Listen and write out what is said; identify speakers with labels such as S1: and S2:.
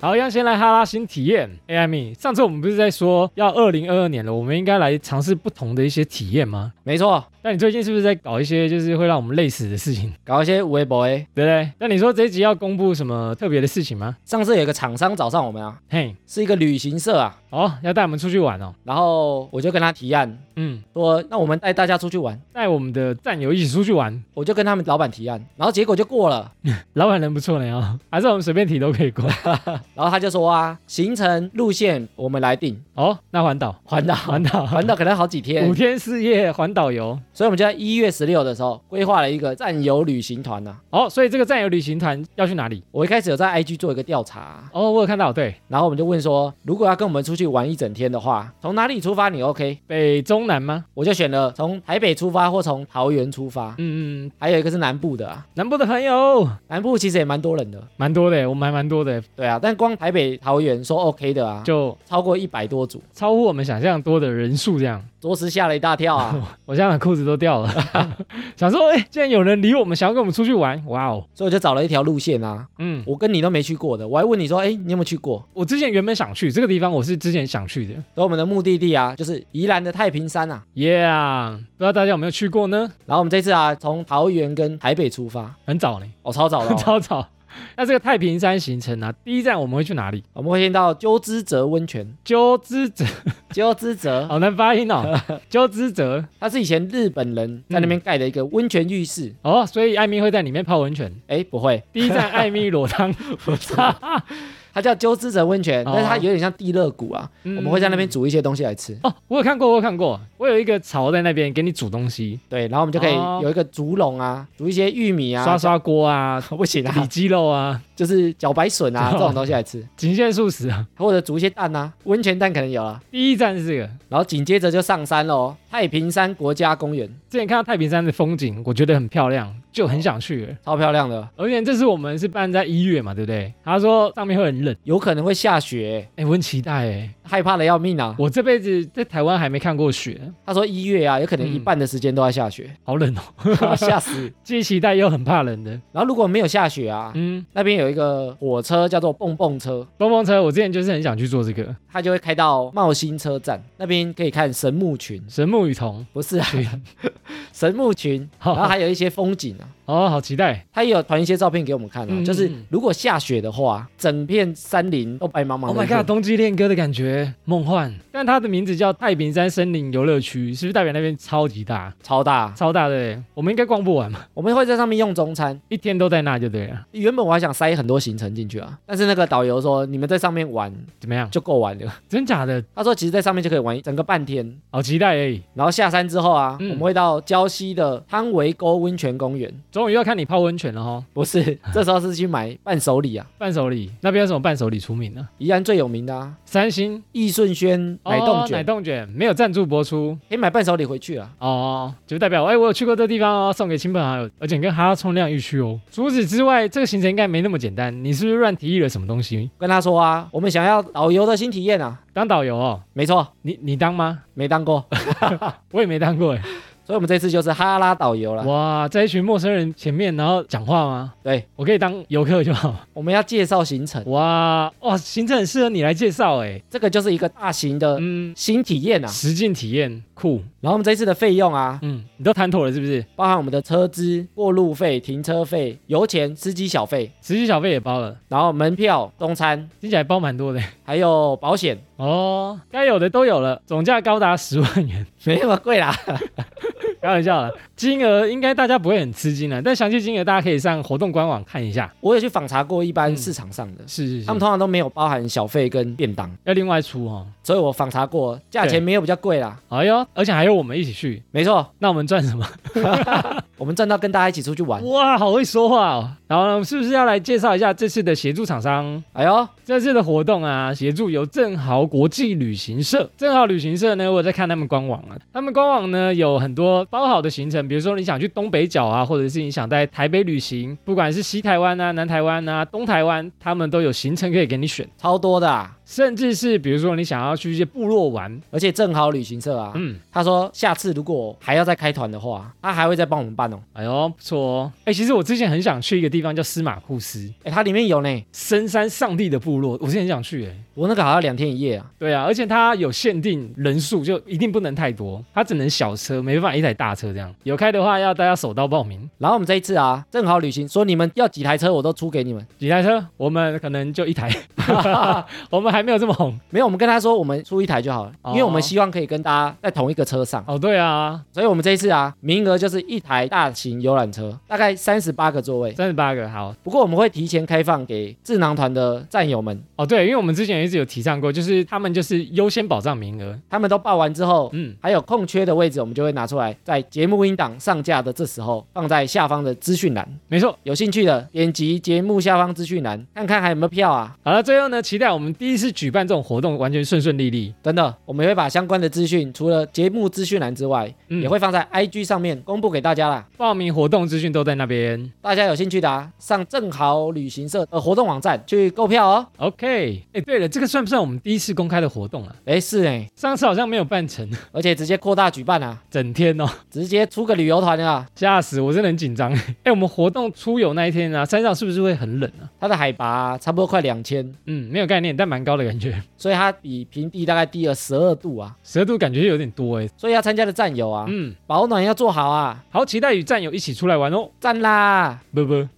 S1: 好，一样先来哈拉新体验。哎、艾米，上次我们不是在说要二零二二年了，我们应该来尝试不同的一些体验吗？
S2: 没错，
S1: 但你最近是不是在搞一些就是会让我们累死的事情，
S2: 搞一些微博诶。
S1: 对不对？那你说这一集要公布什么特别的事情吗？
S2: 上次有一个厂商找上我们啊，
S1: 嘿，
S2: 是一个旅行社啊，
S1: 哦，要带我们出去玩哦。
S2: 然后我就跟他提案
S1: 嗯，
S2: 说，那我们带大家出去玩，
S1: 带我们的战友一起出去玩，
S2: 我就跟他们老板提案，然后结果就过了，
S1: 老板人不错呢哦，还是我们随便提都可以过。
S2: 然后他就说啊，行程路线我们来定，
S1: 哦，那环岛，
S2: 环 岛
S1: 环岛，
S2: 环岛可能好几天
S1: 五，天四夜环岛游。
S2: 所以我们就在一月十六的时候规划了一个战友旅行团呐、啊。
S1: 哦，所以这个战友旅行团要去哪里？
S2: 我一开始有在 IG 做一个调查，
S1: 哦，我有看到，对，
S2: 然后我们就问说，如果要跟我们出去玩一整天的话，从哪里出发你 OK？
S1: 北中南吗？
S2: 我就选了从台北出发或从桃园出发，
S1: 嗯嗯，
S2: 还有一个是南部的啊，
S1: 南部的朋友
S2: 南部其实也蛮多人的，
S1: 蛮多的，我们还蛮多的，
S2: 对啊，但光台北、桃园说 OK 的啊，就
S1: 就
S2: 超过一百多组，
S1: 超乎我们想象多的人数这样。
S2: 着实吓了一大 跳啊，
S1: 我现在裤子都掉了， 想说，哎、竟然有人理我们，想要跟我们出去玩，哇哦，
S2: 所以我就找了一条路线啊，
S1: 嗯，
S2: 我跟你都没去过的，我还问你说，哎，你有没有去过？
S1: 我之前原本想去这个地方，我是之前想去的
S2: 所以我们的目的地啊，就是宜兰的太平山啊，
S1: ，Yeah，不知道大家有没有去过呢？
S2: 然后我们这次啊，从桃园跟台北出发，
S1: 很早呢，
S2: 哦，超早的、
S1: 很
S2: 哦，
S1: 超早。那这个太平山行程啊，第一站我们会去哪里？
S2: 我们会先到鸠之泽温泉，
S1: 鸠之 泽，
S2: 鸠之泽
S1: 好难发音哦，鸠之泽
S2: 它是以前日本人在那边盖的一个温泉浴室。
S1: 哦，所以艾米会在里面泡温泉。
S2: 哎、不会，
S1: 第一站艾米裸 汤，
S2: 它叫鸠之泽温泉，
S1: 哦嗯
S2: 但是它有点像地热谷啊。
S1: 我
S2: 我们会在那边煮一些东西来吃，
S1: 哦，我有看过，我有看过，我有一个槽在那边给你煮东西，
S2: 对，然后我们就可以
S1: 哦
S2: 有一个竹笼啊，煮一些玉米啊，
S1: 刷刷锅啊，
S2: 不行
S1: 里
S2: 啊，
S1: 脊肉啊，
S2: 就是茭白笋啊
S1: 哦
S2: 这种东西来吃，
S1: 仅限素食啊。
S2: 或者煮一些蛋啊，温泉蛋可能有啊。
S1: 第一站是这个，
S2: 然后紧接着就上山喽，太平山国家公园
S1: 之前看到太平山的风景，我觉得很漂亮，就很想去了。
S2: 超漂亮的，
S1: 而且这次我们是办在一月嘛，对不对？他说上面会很冷，
S2: 有可能会下雪、
S1: 哎，我很期待哎，
S2: 害怕的要命啊！
S1: 我这辈子在台湾还没看过雪，
S2: 他说一月啊，有可能
S1: 嗯
S2: 一半的时间都在下雪，
S1: 好冷哦，
S2: 吓死！
S1: 既期待又很怕冷的。
S2: 然后如果没有下雪啊，
S1: 嗯，
S2: 那边有一个火车叫做蹦蹦车，
S1: 蹦蹦车我之前就是很想去坐这个，
S2: 它就会开到茂新车站，那边可以看神木群，
S1: 神木与桐，
S2: 不是啊， 神木群，
S1: 好
S2: 然后还有一些风景啊。
S1: 哦，好期待。
S2: 他也有传一些照片给我们看啊，
S1: 嗯
S2: 就是如果下雪的话，整片山林都白茫茫的。
S1: Oh my god，冬季恋歌的感觉梦幻，但它的名字叫太平山森林游乐区，是不是代表那边超级大、
S2: 超大！
S1: 超大的？我们应该逛不完嘛，
S2: 我们会在上面用中餐。
S1: 一天都在那就对了。
S2: 原本我还想塞很多行程进去啊，但是那个导游说你们在上面玩
S1: 怎么样？
S2: 就够玩了。
S1: 真假的？
S2: 他说其实在上面就可以玩整个半天。
S1: 好期待而已。
S2: 然后下山之后啊，
S1: 嗯
S2: 我们会到礁溪的汤围沟温泉公园。
S1: 终于要看你泡温泉了哈！
S2: 不是，这时候是去买伴手礼啊，
S1: 伴手礼那边有什么伴手礼出名呢、
S2: 宜兰最有名的啊，
S1: 三星
S2: 益顺轩奶
S1: 哦
S2: 冻卷，
S1: 奶冻卷没有赞助播出
S2: 可以买伴手礼回去啊。
S1: 哦，就代表哎、我有去过这地方哦，送给亲朋好友，而且跟哈拉冲量一区哦。除此之外，这个行程应该没那么简单。你是不是乱提议了什么东西？
S2: 跟他说啊，我们想要导游的新体验啊，
S1: 当导游哦？
S2: 没错，
S1: 你你当吗？
S2: 没当过，
S1: 我也没当过哎。
S2: 所以我们这次就是哈拉导游了。
S1: 哇，在一群陌生人前面，然后讲话吗？
S2: 对，
S1: 我可以当游客就 好。
S2: 我们要介绍行程，
S1: 哇哇，行程很适合你来介绍哎。
S2: 这个就是一个大型的
S1: 嗯，
S2: 新体验啊。
S1: 实境体验酷。
S2: 然后我们这次的费用啊，
S1: 嗯，你都谈妥了是不是？
S2: 包含我们的车资、过路费、停车费、油钱、司机小费，
S1: 实际小费也包了，
S2: 然后门票、中餐，
S1: 听起来包蛮多 的。
S2: 还有保险，
S1: 哦，该有的都有了，总价高达十万元，
S2: 没那么贵啦。
S1: 开玩笑了。金额应该大家不会很吃惊了，啊但详细金额大家可以上活动官网看一下。
S2: 我也去访查过一般
S1: 嗯
S2: 市场上的，
S1: 是是是
S2: 他们，通常都没有包含小费跟便当，
S1: 要另外出哦。
S2: 所以我访查过，价钱没有比较贵啦。
S1: 哎呦，而且还有我们一起去，
S2: 没错，
S1: 那我们赚什
S2: 啊
S1: 么？
S2: 我们赚到跟大家一起出去玩。
S1: 哇，好会说话哦！然后呢，我们是不是要来介绍一下这次的协助厂商？
S2: 哎呦，
S1: 这次的活动啊，协助由正豪国际旅行社。正豪旅行社呢，我有在看他们官网啊，他们官网呢有很多包好的行程，比如说你想去东北角啊，或者是你想在台北旅行，不管是西台湾啊、南台湾啊、东台湾，他们都有行程可以给你选。
S2: 超多的、啊，
S1: 甚至是比如说你想要去一些部落玩，
S2: 而且正好旅行社啊，
S1: 嗯，
S2: 他说下次如果还要再开团的话，他还会再帮我们办哦。
S1: 哎呦不错哦，哎，其实我之前很想去一个地方叫司马库斯，
S2: 哎，它里面有呢，
S1: 深山上帝的部落，我之前很想去哎。
S2: 我那个好像两天一夜啊。
S1: 对啊，而且它有限定人数，就一定不能太多，它只能小车，没办法一台大车这样。有开的话要大家手刀报名。
S2: 然后我们这一次啊，正好旅行，说你们要几台车我都出给你们。
S1: 几台车？我们可能就一台，我们还没有这么红
S2: 没有，我们跟他说我们出一台就好了，
S1: 哦
S2: 因为我们希望可以跟大家在同一个车上，
S1: 哦。对啊，
S2: 所以我们这一次啊，名额就是一台大型游览车，大概三十八个座位。
S1: 三十八个好
S2: 不过我们会提前开放给智囊团的战友们，
S1: 哦。对，因为我们之前一直有提倡过，就是他们就是优先保障名额。
S2: 他们都报完之后，
S1: 嗯，
S2: 还有空缺的位置，我们就会拿出来，在节目音档上架的这时候，放在下方的资讯栏。
S1: 没错。
S2: 有兴趣的点击节目下方资讯栏，看看还有没有票啊！
S1: 好了，最后呢，期待我们第一次举办这种活动完全顺顺利利。
S2: 真的，我们也会把相关的资讯，除了节目资讯栏之外，
S1: 嗯
S2: 也会放在 IG 上面公布给大家啦。
S1: 报名活动资讯都在那边。
S2: 大家有兴趣的啊，上正好旅行社的活动网站去购票哦。
S1: OK，哎，对了，这个算不算我们第一次公开的活动啊？
S2: 哎，是哎，
S1: 上次好像没有办成，
S2: 而且直接扩大举办啊，
S1: 整天哦。
S2: 直接出个旅游团啊。
S1: 吓死我，真的很紧张。 哎、我们活动出游那一天啊，山上是不是会很冷啊？
S2: 它的海拔、差不多快两千，
S1: 嗯，没有概念，但蛮高的感觉，
S2: 所以它比平地大概低了十二度啊。
S1: 蛇度感觉有点多哎、
S2: 所以要参加的战友啊，
S1: 嗯，
S2: 保暖要做好啊，
S1: 好期待与战友一起出来玩哦，
S2: 赞啦！
S1: 啵啵。